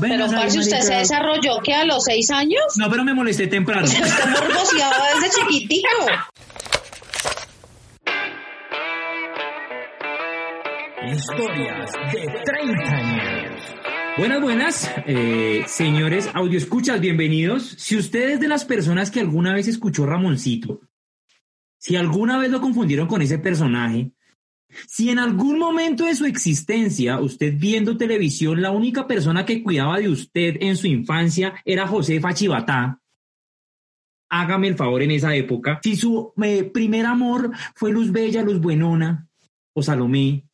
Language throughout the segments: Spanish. Pero, Venga, parce, Mari, ¿usted se marica. desarrolló que a los seis años? No, pero me molesté temprano. Usted morboseaba desde chiquitico. Historias de 30 años. Buenas, buenas, eh, señores escuchas, bienvenidos. Si usted es de las personas que alguna vez escuchó Ramoncito, si alguna vez lo confundieron con ese personaje, si en algún momento de su existencia, usted viendo televisión, la única persona que cuidaba de usted en su infancia era Josefa Chibatá, hágame el favor en esa época. Si su eh, primer amor fue Luz Bella, Luz Buenona o Salomé,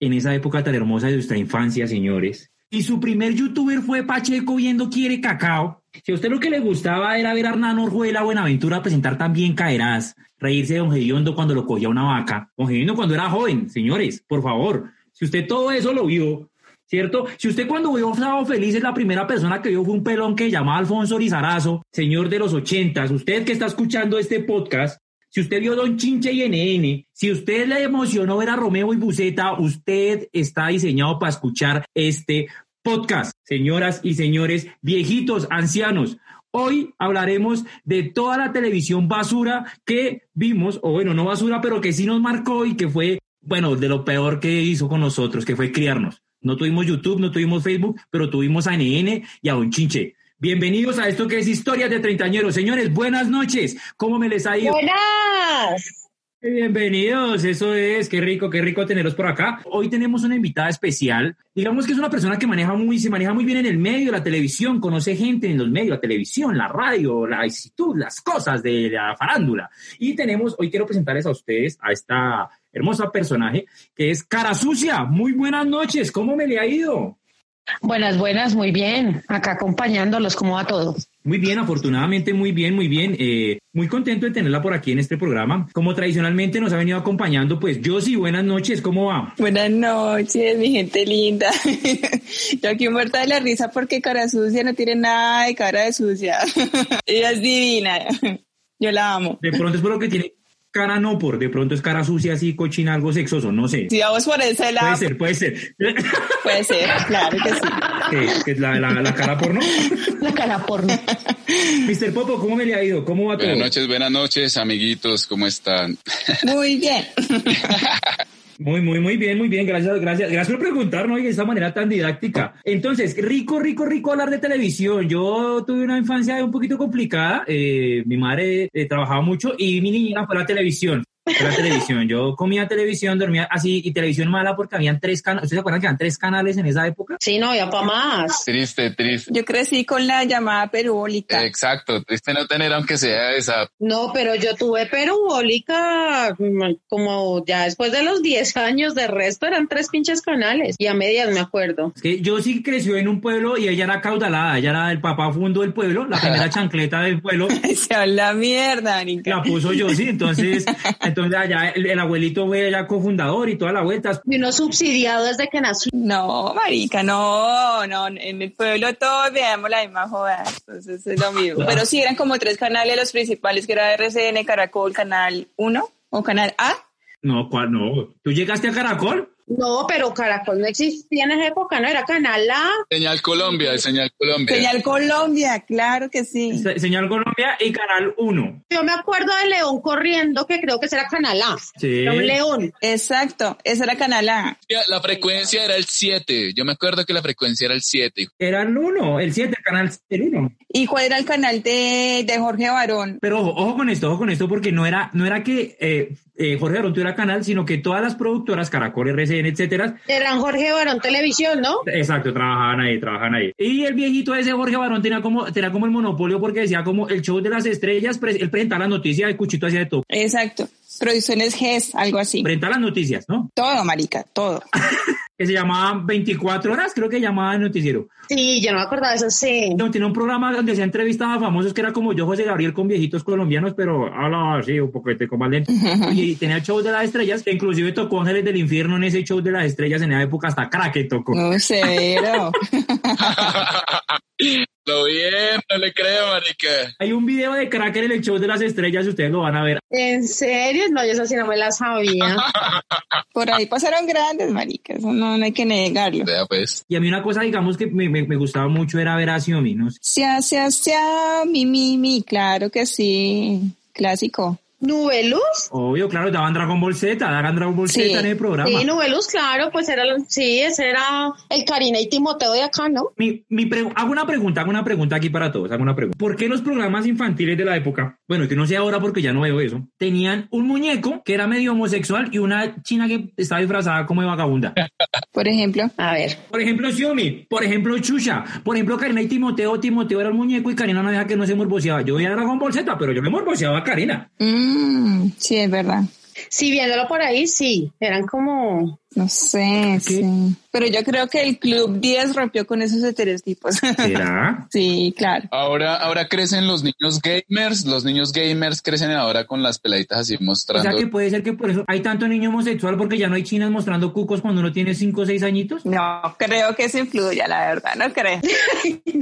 en esa época tan hermosa de nuestra infancia, señores. Y su primer youtuber fue Pacheco viendo Quiere Cacao. Si a usted lo que le gustaba era ver a Hernán Orjuela Buenaventura presentar también Caerás, reírse de Don Gediondo cuando lo cogía una vaca. Don Gediondo cuando era joven, señores, por favor. Si usted todo eso lo vio, ¿cierto? Si usted cuando vio Sábado Feliz es la primera persona que vio fue un pelón que llamaba Alfonso Rizarazo, señor de los ochentas, usted que está escuchando este podcast, si usted vio Don Chinche y NN, si usted le emocionó ver a Romeo y Buceta, usted está diseñado para escuchar este podcast. Señoras y señores, viejitos, ancianos, hoy hablaremos de toda la televisión basura que vimos, o bueno, no basura, pero que sí nos marcó y que fue, bueno, de lo peor que hizo con nosotros, que fue criarnos. No tuvimos YouTube, no tuvimos Facebook, pero tuvimos a NN y a Don Chinche. Bienvenidos a esto que es Historias de Treintañeros. Señores, buenas noches. ¿Cómo me les ha ido? Buenas. Bienvenidos, eso es, qué rico, qué rico tenerlos por acá. Hoy tenemos una invitada especial, digamos que es una persona que maneja muy, se maneja muy bien en el medio, la televisión, conoce gente en los medios, la televisión, la radio, la actitud, las cosas de la farándula. Y tenemos, hoy quiero presentarles a ustedes a esta hermosa personaje que es Cara Sucia. Muy buenas noches, ¿cómo me le ha ido? Buenas, buenas, muy bien. Acá acompañándolos, ¿cómo va todo? Muy bien, afortunadamente, muy bien, muy bien. Eh, muy contento de tenerla por aquí en este programa. Como tradicionalmente nos ha venido acompañando, pues yo sí, buenas noches, ¿cómo va? Buenas noches, mi gente linda. Yo aquí muerta de la risa porque cara sucia no tiene nada de cara de sucia. Ella es divina. Yo la amo. De pronto es por lo que tiene cara no por, de pronto es cara sucia, así cochina, algo sexoso, no sé. Si vamos por ese Puede lado, ser, puede ser. puede ser, claro que sí. Que- que es la, la- la cara porno. La cara porno. Mr. Popo, ¿cómo me le ha ido? ¿Cómo va todo? Buenas noches, buenas noches, amiguitos, ¿cómo están? Muy bien. Muy, muy, muy bien, muy bien. Gracias, gracias. Gracias por preguntarnos de esta manera tan didáctica. Entonces, rico, rico, rico hablar de televisión. Yo tuve una infancia un poquito complicada. eh, mi madre eh, trabajaba mucho y mi niña fue la televisión. Fue la televisión. Yo comía televisión, dormía así y televisión mala porque habían tres canales. ¿Ustedes se acuerdan que eran tres canales en esa época? Sí, no, ya pa' más. Triste, triste. Yo crecí con la llamada perubólica. Exacto, triste no tener aunque sea esa. No, pero yo tuve perubólica mm, como ya después de los 10 años. De resto eran tres pinches canales. Y a medias me acuerdo. Es que yo sí creció en un pueblo y ella era caudalada. Ella era el papá fundo del pueblo, la primera chancleta del pueblo. Se habla mierda, La Anica. puso yo, sí. Entonces, entonces allá el, el abuelito fue allá cofundador y toda la vuelta. Y uno subsidiado desde que nació. No, marica, no, no, en el pueblo todos veíamos la misma joda, entonces es lo Ah. mismo. Pero sí, eran como tres canales los principales, que era RCN, Caracol, Canal 1 o Canal A, No, ¿cuál no? ¿Tú llegaste a Caracol? No, pero Caracol no existía en esa época, no era Canal A. Señal Colombia, señal Colombia. Señal Colombia, claro que sí. Se- Señal Colombia y Canal 1. Yo me acuerdo de León corriendo, que creo que será Canal A. Sí. Era un león. Exacto, esa era Canal A. La frecuencia era el 7, yo me acuerdo que la frecuencia era el 7. Era el 1, el 7, el Canal 1. ¿Y cuál era el canal de, de Jorge Barón? Pero ojo, ojo con esto, ojo con esto, porque no era, no era que eh, eh, Jorge Aronto era Canal, sino que todas las productoras, Caracol, RCN, etcétera, Eran Jorge Barón Televisión, ¿no? Exacto, trabajaban ahí, trabajaban ahí. Y el viejito ese Jorge Barón tenía como, tenía como el monopolio porque decía como el show de las estrellas, pre- él presentaba las noticias, el cuchito hacía de todo. Exacto, producciones GES, algo así. Presentaba las noticias, ¿no? Todo, marica, todo. que se llamaba 24 horas, creo que llamaba el noticiero. Sí, yo no me acordaba de eso, sí. No, tenía un programa donde se entrevistaba a famosos que era como yo, José Gabriel, con viejitos colombianos, pero hablaba así, un poquitico más lento. Y, tenía el show de las estrellas, que inclusive tocó Ángeles del Infierno en ese show de las estrellas en esa época, hasta crack tocó. No, severo. Lo bien, no le creo, marica. Hay un video de crack en el show de las estrellas, ustedes lo van a ver. ¿En serio? No, yo eso sí no me la sabía. Por ahí pasaron grandes, maricas. No, no hay que negarlo. Vea, pues. Y a mí una cosa, digamos, que me, me- me gustaba mucho era ver a Xiaomi, ¿no? Sia, sia, sia, mi, mi, mi. Claro que sí. Clásico. ¿Nubeluz? Obvio, claro, daban Dragon Ball Z, daban Dragon Ball Sí, Z en el programa. Sí, Nubeluz, claro, pues era, sí, ese era el Karina y Timoteo de acá, ¿no? Mi, mi pregu- hago una pregunta, hago una pregunta aquí para todos, hago una pregunta. ¿Por qué los programas infantiles de la época, bueno, que no sé ahora porque ya no veo eso, tenían un muñeco que era medio homosexual y una china que estaba disfrazada como de vagabunda? Por ejemplo. A ver. Por ejemplo, Xiaomi, por ejemplo, Chucha, por ejemplo, Karina y Timoteo, Timoteo era el muñeco y Karina no deja que no se morboseaba. Yo veía Dragon Ball Z, pero yo me morboseaba a Karina. Mm, sí, es verdad. Sí, viéndolo por ahí, sí, eran como... No sé, sí. Pero yo creo que el Club 10 rompió con esos estereotipos. ¿Será? sí, claro. Ahora, ahora crecen los niños gamers. Los niños gamers crecen ahora con las peladitas así O sea mostrando. que puede ser que por eso hay tanto niño homosexual porque ya no hay chinas mostrando cucos cuando uno tiene 5 o 6 añitos. No, creo que eso influya, la verdad, no creo.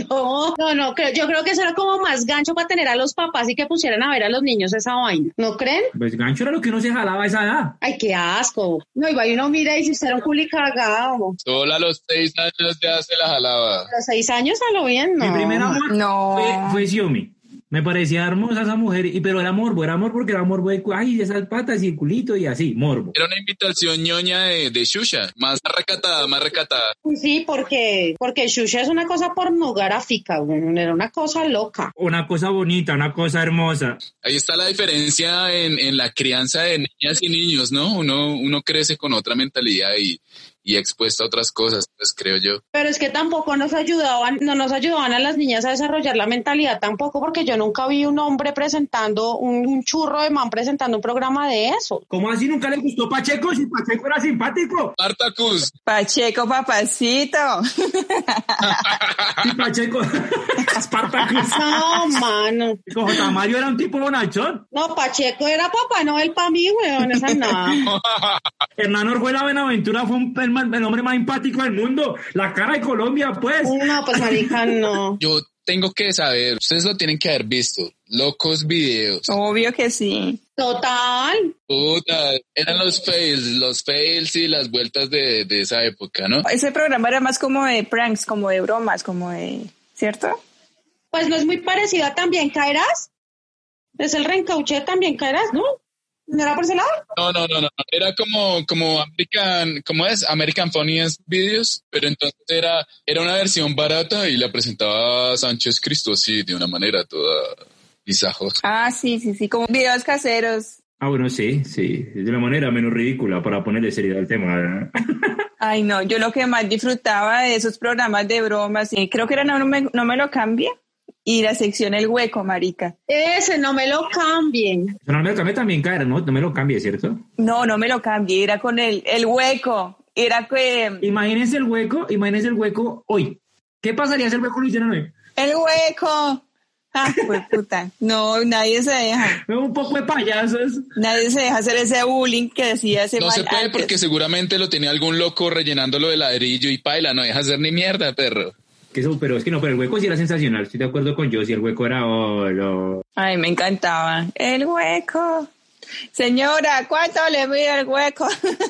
No, no, no, creo- yo creo que eso era como más gancho para tener a los papás y que pusieran a ver a los niños esa vaina. ¿No creen? Pues gancho era lo que uno se jalaba a esa edad. Ay, qué asco. No, y va y uno mira y si usted era un culi cagado. Solo a los seis años ya se la jalaba. A los seis años a lo bien, no. Mi primer amor no. fue, fue Xiaomi. Me parecía hermosa esa mujer, y, pero era morbo, era morbo porque era morbo de cu- ay, de esas patas y el culito y así, morbo. Era una invitación ñoña de, de Shusha. Más recatada, más recatada. Uy, Sí, porque, porque Shusha es una cosa pornográfica, bueno, era una cosa loca. Una cosa bonita, una cosa hermosa. Ahí está la diferencia en, en la crianza de niñas y niños, ¿no? Uno, uno crece con otra mentalidad y, y expuesto a otras cosas, pues creo yo. Pero es que tampoco nos ayudaban, no nos ayudaban a las niñas a desarrollar la mentalidad tampoco, porque yo nunca vi un hombre presentando, un, un churro de man presentando un programa de eso. ¿Cómo así nunca le gustó Pacheco si Pacheco era simpático? Spartacus, Pacheco, papacito. Si Pacheco, Spartacus. No, mano. Pacheco J. Mario era un tipo bonachón. No, Pacheco era papá Noel para mí, weón, esa nada. Hernán Orjuela Benaventura fue un- el, el hombre más simpático del mundo. La cara de Colombia, pues. No, pues marica, no. yo tengo que saber, ustedes lo tienen que haber visto. Locos videos. Obvio que sí. Total. Puta, eran los fails, los fails y las vueltas de, de esa época, ¿no? Ese programa era más como de pranks, como de bromas, como de... ¿Cierto? Pues no es muy parecida también, ¿caerás? Es el reencauche de también, ¿caerás, no? ¿No era por ese lado? No, no, no, no. Era como, como American, ¿cómo es? American Funniest Videos, pero entonces era, era una versión barata y la presentaba Sánchez Cristo así, de una manera toda bizarrosa. Ah, sí, sí, sí, como videos caseros. Ah, bueno, sí, sí. De la manera menos ridícula para ponerle seriedad al tema. ¿verdad? Ay, no, yo lo que más disfrutaba de esos programas de bromas, y creo que era No, No me, no me lo cambie y la sección El Hueco, marica. Ese, no me lo cambien. Pero no me lo cambie también, caer, ¿no? No me lo cambie, ¿cierto? No, no me lo cambie, era con el, el hueco, era que... Imagínense el hueco, imagínense el hueco hoy. ¿Qué pasaría si el hueco lo hicieran hoy? El hueco. Ah, pues puta. No, nadie se deja. Veo un poco de payasos. Nadie se deja hacer ese bullying que decía ese No man se puede antes. porque seguramente lo tenía algún loco rellenándolo de ladrillo y paila, no deja hacer ni mierda, perro. Que eso, pero es que no, pero el hueco sí era sensacional. Estoy de acuerdo con yo, si el hueco era... oh, lo- Ay, me encantaba. El hueco. Señora, ¿cuánto le mide el hueco?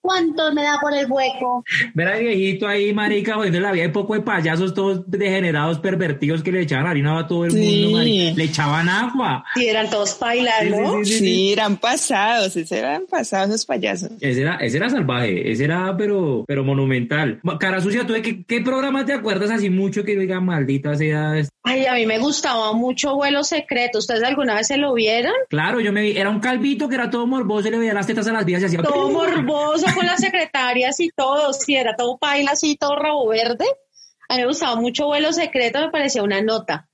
¿Cuánto me da por el hueco? Ver al viejito ahí, marica, jodiendo la vida. Hay poco de payasos todos degenerados, pervertidos, que le echaban harina a todo el Sí. mundo, marica. Le echaban agua. Sí, eran todos bailando. Sí, eran pasados, sí, se eran pasados esos payasos. Ese era, ese era salvaje, ese era pero, pero monumental. Ma- Cara sucia, ¿tú de qué, qué programa te acuerdas así mucho que diga maldita sea? es-"? Ay, a mí me gustaba mucho Vuelo Secreto. ¿Ustedes alguna vez se lo vieron? Claro, yo me vi, era un calvito que era todo morboso y le veía las tetas a las vías y hacía... Todo morboso con las secretarias y todo. Sí, era todo paila así, todo rabo verde. A mí me gustaba mucho Vuelo Secreto, me parecía una nota.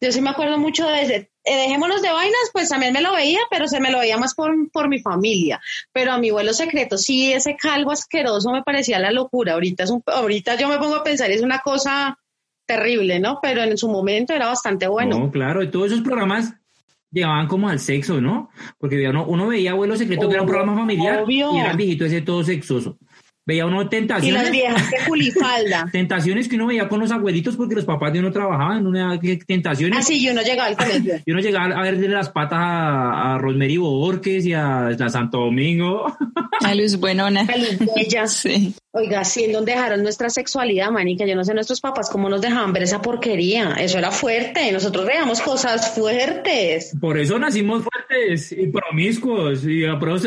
Yo sí me acuerdo mucho de ese. Eh, dejémonos de vainas, pues también me lo veía, pero se me lo veía más por, por mi familia. Pero a mi vuelo secreto, sí, ese calvo asqueroso me parecía la locura. Ahorita, es un, ahorita yo me pongo a pensar, es una cosa terrible, ¿no? Pero en su momento era bastante bueno. No, claro, y todos esos programas llevaban como al sexo, ¿no? Porque uno, uno veía Abuelo Secreto, que era un Obvio, programa familiar, obvio. y era el viejito ese todo sexoso. Veía uno y las tentaciones, viejas de culifalda. tentaciones que uno veía con los abuelitos porque los papás de uno trabajaban, una que- tentaciones. Así Ah, yo no llegaba al colegio. Y uno llegaba a ver de las patas a, a Rosemary Borges y a, a Santo Domingo. A Luz Buenona. Feliz de ellas. Sí. Oiga, sí, ¿en dónde dejaron nuestra sexualidad, manica? Yo no sé nuestros papás cómo nos dejaban ver esa porquería. Eso era fuerte. Nosotros veíamos cosas fuertes, Por eso nacimos fuertes y promiscuos. Y a pro-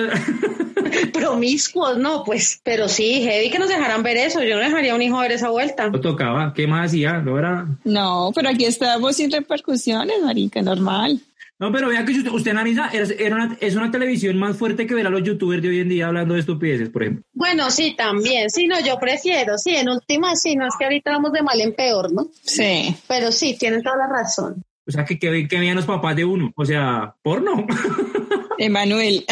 promiscuos, ¿no? Pues, pero sí, heavy que nos dejaran ver eso. Yo no dejaría a un hijo ver esa vuelta. no tocaba. ¿Qué más hacía? No era. No, pero aquí estamos sin repercusiones, marica, normal. No, pero vea que si usted, usted analiza, es, era una, es una televisión más fuerte que ver a los youtubers de hoy en día hablando de estupideces, por ejemplo. Bueno, sí, también. Sí, no, yo prefiero. Sí, en última, sí, no es que ahorita vamos de mal en peor, ¿no? Sí. Pero sí, tienen toda la razón. O sea, que, que, que veían los papás de uno. O sea, porno. Emanuel.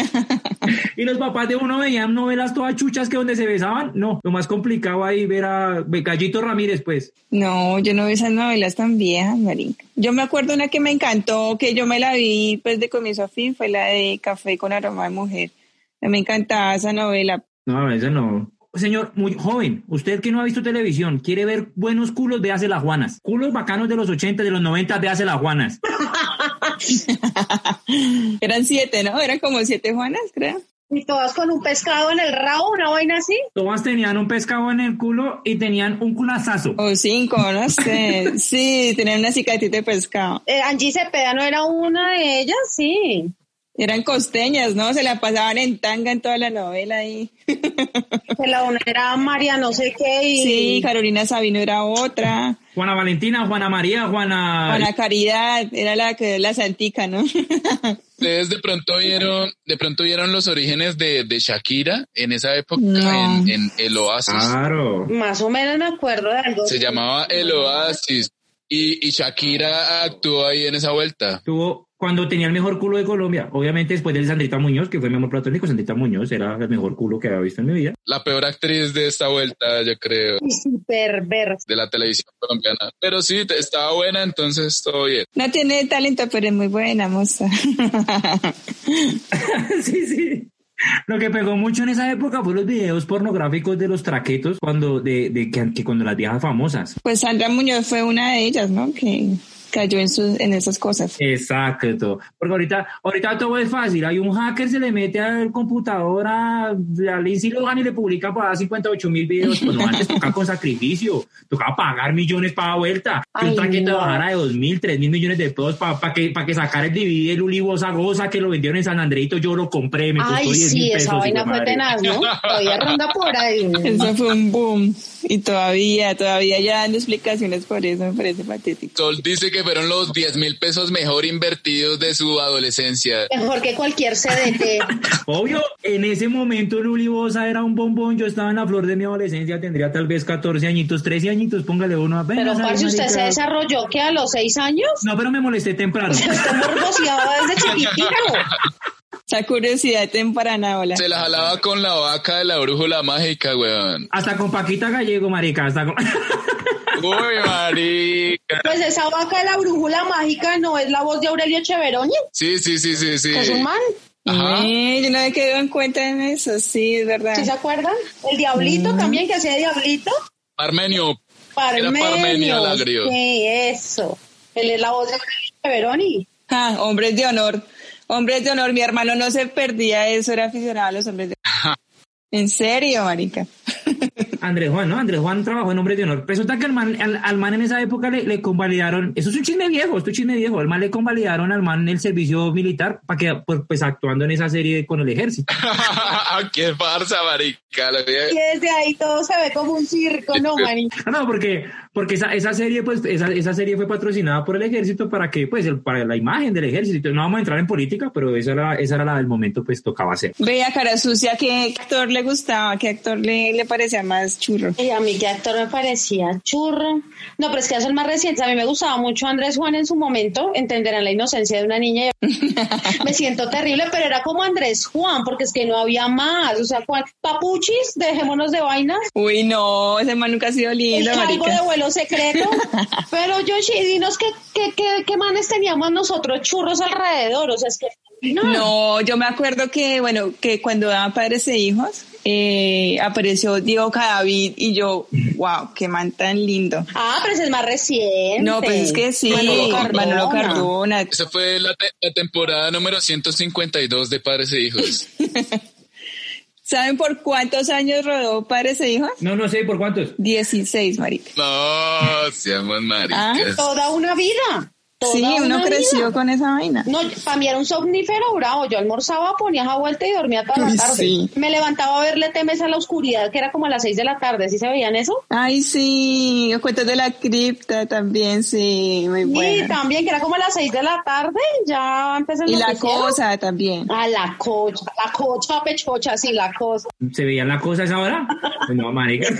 y los papás de uno veían novelas todas chuchas que donde se besaban. No, lo más complicado ahí ver a ver Gallito Ramírez, pues. No, yo no vi esas novelas tan viejas, marica. Yo me acuerdo una que me encantó, que yo me la vi pues de comienzo a fin, fue la de Café con aroma de mujer. Me encantaba esa novela. No, a veces no. Señor, muy joven, usted que no ha visto televisión, quiere ver buenos culos, véase las Juanas. Culos bacanos de los 80, de los 90, véase las Juanas. Eran siete, ¿no? Eran como siete Juanas, creo. Y todas con un pescado en el rabo, una vaina así. Todas tenían un pescado en el culo y tenían un culazazo. O cinco, no sé. Sí, tenían una cicatriz de pescado. Eh, Angie Cepeda no era una de ellas, sí. Eran costeñas, ¿no? Se la pasaban en tanga en toda la novela ahí. Que la una era María no sé qué y Sí, Carolina Sabino era otra. Juana Valentina, Juana María, Juana... Juana Caridad era la que la santica, ¿no? Ustedes de pronto vieron, de pronto vieron los orígenes de, de Shakira en esa época No. en, en el Oasis. Claro. más o menos me acuerdo de algo. Se llamaba El Oasis. Y, y Shakira actuó ahí en esa vuelta. Tuvo cuando tenía el mejor culo de Colombia. Obviamente después de Sandrita Muñoz, que fue mi amor platónico, Sandrita Muñoz era el mejor culo que había visto en mi vida. La peor actriz de esta vuelta, yo creo, Y súper verde. de la televisión colombiana. Pero sí, te- estaba buena, entonces todo bien. No tiene talento, pero es muy buena, moza. sí, sí. Lo que pegó mucho en esa época fue los videos pornográficos de los traquetos cuando de, de que, que cuando las viejas famosas. Pues Sandra Muñoz fue una de ellas, ¿no? Que cayó en sus en esas cosas. Exacto. Porque ahorita, ahorita todo es fácil. Hay un hacker se le mete al computador a, a Lindsay Lohan y le publica para 58 mil videos. Pues no, antes tocaba con sacrificio. Tocaba pagar millones para la vuelta. Que un Ay, traqueto no. bajara de 2 mil, 3 mil millones de pesos para que, para que sacara el DVD el Uli Bosa Goza que lo vendieron en San Andreito. Yo lo compré, me costó Ay, 10 mil sí, pesos. esa vaina hijo de fue madre. tenaz, ¿no? Todavía ronda por ahí. Eso fue un boom. Y todavía, todavía ya dando explicaciones por eso me parece patético. Sol dice que fueron los 10 mil pesos mejor invertidos de su adolescencia. Mejor que cualquier CDT. Obvio, en ese momento Luli Bosa era un bombón, yo estaba en la flor de mi adolescencia, tendría tal vez 14 añitos, 13 añitos, póngale uno Pero apenas. ahí, parce, usted marica. se desarrolló que a los seis años No, pero me molesté temprano. usted morboseaba desde chiquitito. Esa curiosidad temprana, hola. Se la jalaba con la vaca de la brújula mágica, weón. Hasta con Paquita Gallego, marica, hasta con... Uy, marica. Pues esa vaca de la brújula mágica no es la voz de Aurelio Echeveroni, Sí, sí, sí, sí, sí. que es un man. Ajá. Eh, yo no me quedo en cuenta en eso, sí, es verdad. ¿Sí se acuerdan? El Mm. diablito también, que hacía de diablito. Parmenio. Era Parmenio. Parmenio Lagrio. Sí, eso. Él es la voz de Aurelio Echeveroni. Ah, hombres de honor. Hombres de honor, mi hermano no se perdía eso, era aficionado a los hombres de En serio, marica. Andrés Juan, ¿no? Andrés Juan trabajó en Hombres de Honor. Resulta que al man, al, al man en esa época le, le convalidaron, eso es un chisme viejo, esto es un chisme viejo, al man le convalidaron al man el servicio militar para que, por- pues actuando en esa serie con el ejército. Qué farsa, marica. La vida- Y desde ahí todo se ve como un circo, ¿no, Mani? Ah, No, porque, porque esa, esa serie, pues, esa, esa serie fue patrocinada por el ejército para que, pues, el- para la imagen del ejército. No vamos a entrar en política, pero esa era, esa era la del momento, pues tocaba hacer. Vea, cara sucia, qué actor le gustaba, qué actor le, le parecía más churro. Y a mí qué actor me parecía churro. No, pero es que son más recientes. A mí me gustaba mucho Andrés Juan en su momento. Entenderán la inocencia de una niña. me siento terrible, pero era como Andrés Juan, porque es que no había más. O sea, ¿cuál? papuchis, dejémonos de vainas. Uy, no, ese man nunca ha sido El lindo, calvo de marica. vuelo secreto. Pero Yoshi, dinos qué, qué, qué, qué manes teníamos nosotros churros alrededor. O sea, es que. No, No, yo me acuerdo que, bueno, que cuando daban padres e hijos, eh, apareció Diego Cadavid y yo, wow, qué man tan lindo. Ah, pero ese es más reciente. No, pues es que sí, Manolo Manolo Cardona. Cardona. Esa fue la, te- la temporada número 152 de Padres e Hijos. ¿Saben por cuántos años rodó Padres e Hijos? No, no sé por cuántos. 16, marica. No, seamos maricas. Toda una vida. Toda Sí, uno una creció vida. con esa vaina. No, para mí era un somnífero bravo. Yo almorzaba, ponía a vuelta y dormía toda la Uy, tarde. sí. Me levantaba a verle temes a la oscuridad, que era como a las seis de la tarde. ¿Sí se veían eso? Ay, sí, cuentos de la cripta también, sí, muy Y buena. también, que era como a las seis de la tarde, ya empezó el Y la noticiero. cosa también. Ah, la cocha, la cocha, pechocha, sí, la cosa. ¿Se veían las cosas ahora? Pues no, marica.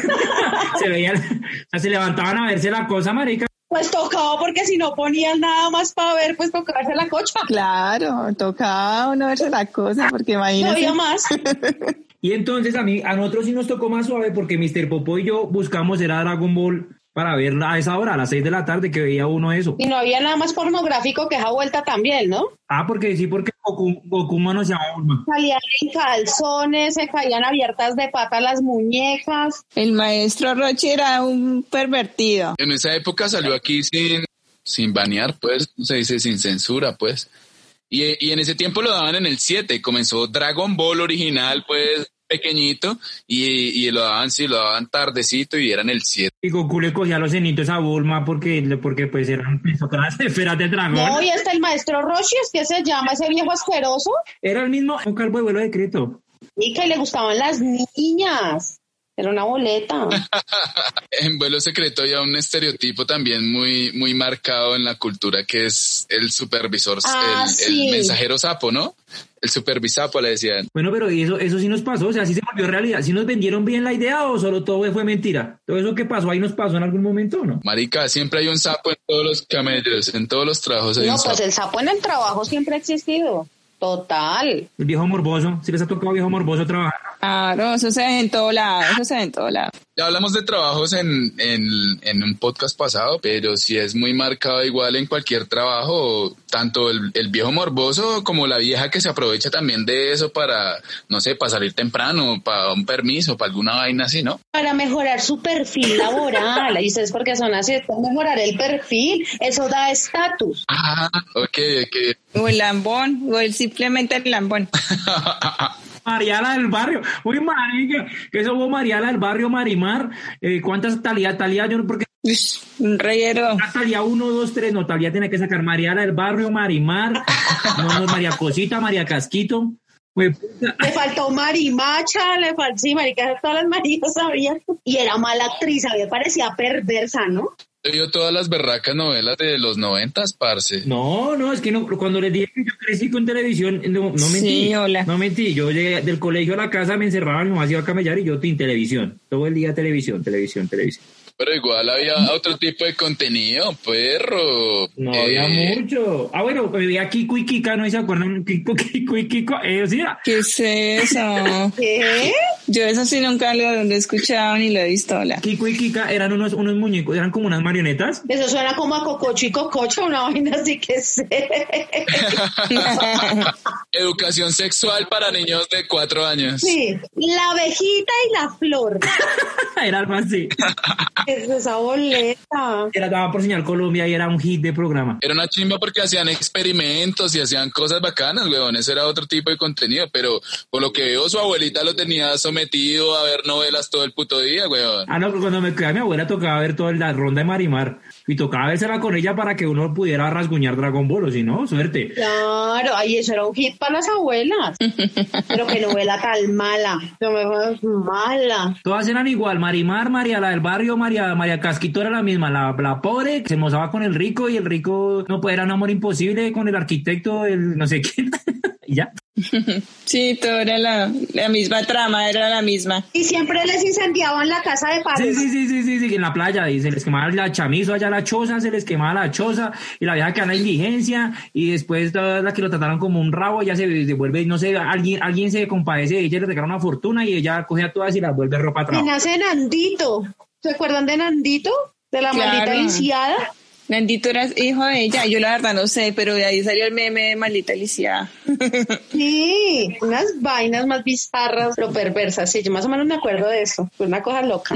se veían, o sea, se levantaban a verse la cosa, marica. Pues tocaba porque si no ponían nada más para ver, pues tocarse la cocha. Claro, tocaba uno verse la cosa, porque No imagínate. había más. Y entonces a mí, a nosotros sí nos tocó más suave porque Mr. Popo y yo buscamos era Dragon Ball para verla a esa hora, a las 6 de la tarde que veía uno eso. Y no había nada más pornográfico que esa vuelta también, ¿no? Ah, porque sí, porque Goku, Goku manoseaba a Bulma. Salían en calzones, se caían abiertas de pata las muñecas. El maestro Roche era un pervertido. En esa época salió aquí sin, sin banear, pues, se dice sin censura, pues. Y, y en ese tiempo lo daban en el 7, comenzó Dragon Ball original, pues, pequeñito, y, y lo daban, sí, lo daban tardecito y eran el 7. Y Goku le cogía los cenitos a Bulma porque, porque pues eran las esferas de dragón. No, y está el maestro Roshi, es que se llama ese viejo asqueroso, Era el mismo un calvo de vuelo decreto. y que le gustaban las niñas. Era una boleta. En vuelo secreto había un estereotipo también muy, muy marcado en la cultura que es el supervisor, Ah, el, el sí. mensajero sapo, ¿no? El supervisapo le decían. Bueno, pero eso, eso sí nos pasó, o sea, sí se volvió realidad. ¿Sí nos vendieron bien la idea o solo todo fue mentira? ¿Todo eso que pasó ahí nos pasó en algún momento o no? Marica, siempre hay un sapo en todos los camellos, en todos los trabajos hay No, un sapo. pues el sapo en el trabajo siempre ha existido. Total. El viejo morboso, si les ha tocado viejo morboso trabajar. Claro, eso se ve en todo lado, eso se ve en todo lado. Ya hablamos de trabajos en, en- en un podcast pasado, pero si es muy marcado igual en cualquier trabajo, tanto el, el viejo morboso como la vieja que se aprovecha también de eso para, no sé, para salir temprano, para un permiso, para alguna vaina así, ¿no? Para mejorar su perfil laboral. Y ustedes porque son así, es para mejorar el perfil, eso da estatus. Ah, ok, ok. O el lambón, o el simplemente el lambón. Mariala del barrio, uy, marica, que eso hubo Mariala del barrio Marimar. Eh, ¿Cuántas talía, talía? Yo no, porque Ush, Un reguero. Ah, Talía 1, 2, 3, no, Talía tiene que sacar Mariana del barrio, Marimar, no, no, María Cosita, María Casquito. Pues, puta, Le faltó marimacha, le faltó, sí, marica, todas las marías sabían. Y era mala actriz, a mí me parecía perversa, ¿no? Yo vio todas las berracas novelas de los noventas, parce. No, no, es que no, cuando les dije que yo crecí con televisión, no, no mentí. Sí, hola. No mentí, yo llegué del colegio a la casa, me encerraba, mi mamá se iba a camellar y yo en televisión. Todo el día televisión, televisión, televisión. Pero igual había otro tipo de contenido, perro. No Eh, había mucho. Ah, bueno, veía Kiko y Kika, ¿no? ¿Y se acuerdan? Kiko, Kiko y Kiko. Eh, sí, era- ¿Qué es eso? ¿Qué? Yo eso sí nunca lo, lo he escuchado ni lo he visto. hola. Kiko y Kika eran unos, unos muñecos, eran como unas marionetas. Eso suena como a cococho y cococho, una vaina así que sé. Educación sexual para niños de cuatro años. Sí, la abejita y la flor. era algo así. Es esa boleta. Era daba por señal Colombia y era un hit de programa. Era una chimba porque hacían experimentos y hacían cosas bacanas, weón. Ese era otro tipo de contenido, pero por lo que veo, su abuelita lo tenía sometido a ver novelas todo el puto día, weón. Ah, no, cuando me quedé mi abuela tocaba ver toda la ronda de Marimar y tocaba vérsela con ella para que uno pudiera rasguñar Dragon Ball, o si no, suerte. Claro, ay, eso era un hit para las abuelas. Pero qué novela tan mala. No me- Mala. Todas eran igual, Marimar, María la del barrio, María, María Casquito era la misma, la, la pobre que se mozaba con el rico y el rico no pues, era un amor imposible con el arquitecto, el no sé quién. y ya. Sí, todo era la, la misma trama, era la misma. Y siempre les incendiaban la casa de Sí, padres. sí, sí, sí, sí, sí, en la playa, y se les quemaba la chamizo allá la choza, se les quemaba la choza, y la vieja que anda en indigencia, y después la, la que lo trataron como un rabo, ya se devuelve, no sé, alguien, alguien se compadece de ella, le regala una fortuna, y ella coge a todas y las vuelve ropa a Y trabajo. nace Nandito. ¿Se acuerdan de Nandito? De la Claro. maldita lisiada. Nandito era hijo de ella, yo la verdad no sé, pero de ahí salió el meme de maldita lisiada. Sí, unas vainas más bizarras, pero perversas. Sí, yo más o menos me acuerdo de eso. Fue una cosa loca.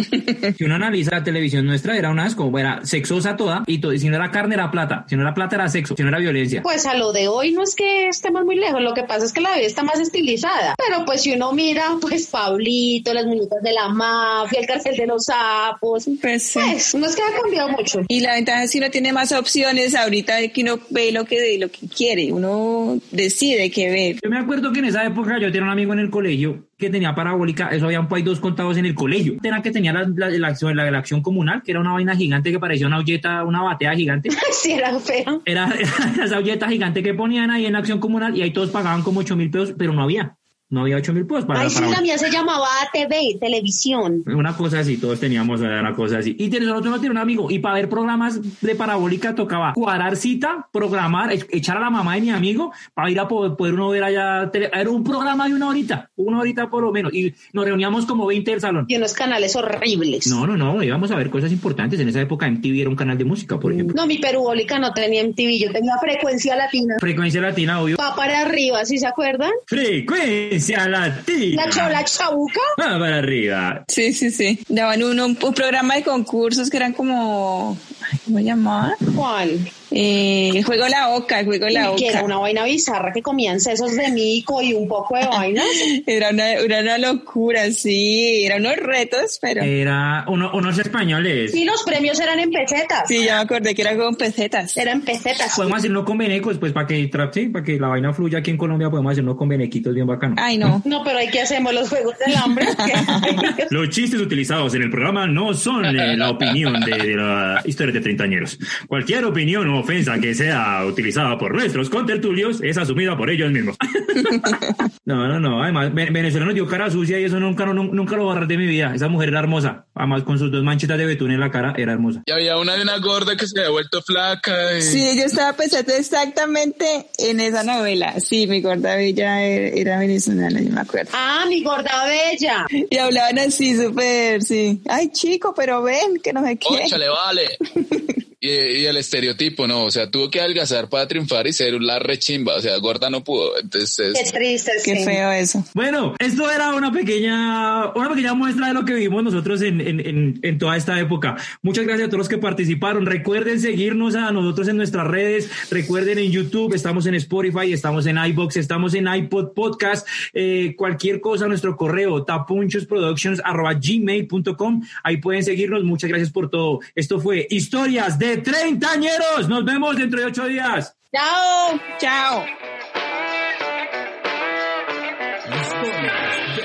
Si uno analiza la televisión nuestra, era una asco, era sexosa toda, y to- si no era carne era plata, si no era plata era sexo, si no era violencia. Pues a lo de hoy no es que estemos muy lejos, lo que pasa es que la vida está más estilizada. Pero pues si uno mira, pues Pablito, las muñecas de la mafia, el cartel de los sapos, Pues sí. pues no es que ha cambiado mucho. Y la ventaja es que uno tiene más opciones ahorita de que uno ve lo que, de lo que quiere, uno decide qué ver. Yo me acuerdo que en esa época yo tenía un amigo en el colegio que tenía parabólica, eso habían pues dos contados en el colegio. Era que tenía la, la- la acción, la, la acción comunal, que era una vaina gigante que parecía una olleta, una batea gigante. Si era feo. Era, era esa olleta gigante que ponían ahí en la acción comunal y ahí todos pagaban como 8 mil pesos, pero no había, no había 8 mil pesos para Ay, la sí, la parabólica. mía se llamaba TV, televisión. Una cosa así, todos teníamos eh, una cosa así. Y tenés- nosotros no tenía un amigo. Y para ver programas de parabólica tocaba cuadrar cita, programar, e- echar a la mamá de mi amigo para ir a po- poder uno ver allá. tele- Era un programa de una horita, una horita por lo menos. Y nos reuníamos como 20 del salón. Y unos canales horribles. No, no, no, íbamos a ver cosas importantes. En esa época MTV era un canal de música, por ejemplo. No, mi perubólica no tenía MTV, yo tenía frecuencia latina. Frecuencia Latina, obvio. Va para arriba, ¿sí se acuerdan? Frecuencia Latina. La, chau- la chabuca. Va para arriba. Sí, sí, sí. Daban uno, un, un programa de concursos que eran como, ay, ¿cómo llamaba? ¿Cuál? Eh, el juego de la boca, el juego de la Que era boca. una vaina bizarra que comían sesos de mico y un poco de vainas. Era una, era una locura, sí, eran unos retos, pero... Eh. Era uno- unos españoles. Y los premios eran en pesetas. Sí, ya me acordé que era con pesetas. Eran pesetas. Podemos hacerlo con venecos, pues para que, tra- sí, para que la vaina fluya aquí en Colombia, podemos hacerlo con venequitos bien bacano. Ay, no. No, pero hay que hacemos los juegos del hambre. ¿Qué? Los chistes utilizados en el programa no son eh, la opinión de, de la historia de treintañeros. Cualquier opinión o ofensa que sea utilizada por nuestros contertulios es asumida por ellos mismos. no, no, no. Además, Ve- Venezuela nos dio cara sucia y eso nunca, no- nunca lo borraré de mi vida. Esa mujer era hermosa. Además, con sus dos manchitas de betún en la cara, era hermosa. Y había una de una gorda que se había vuelto flaca. Y... Sí, yo estaba pensando exactamente en esa novela. Sí, mi gorda bella era, era venezolana, yo me acuerdo. ah, mi gorda bella. Y hablaban así, súper, sí. Ay, chico, pero ven, que no sé qué. le vale! y, y el estereotipo, ¿no? O sea, tuvo que adelgazar para triunfar y ser la rechimba. O sea, gorda no pudo. Entonces, Qué triste. Qué sí. feo eso. Bueno, esto era una pequeña, una pequeña muestra de lo que vivimos nosotros en, en- en- en toda esta época. Muchas gracias a todos los que participaron. Recuerden seguirnos a nosotros en nuestras redes. Recuerden en YouTube, estamos en Spotify, estamos en iBox, estamos en iPod Podcast. Eh, cualquier cosa, nuestro correo tapunchosproductions.gmail.com. Ahí pueden seguirnos. Muchas gracias por todo. Esto fue Historias de Treintañeros. Nos vemos dentro de ocho días. Chao. Chao. Historias de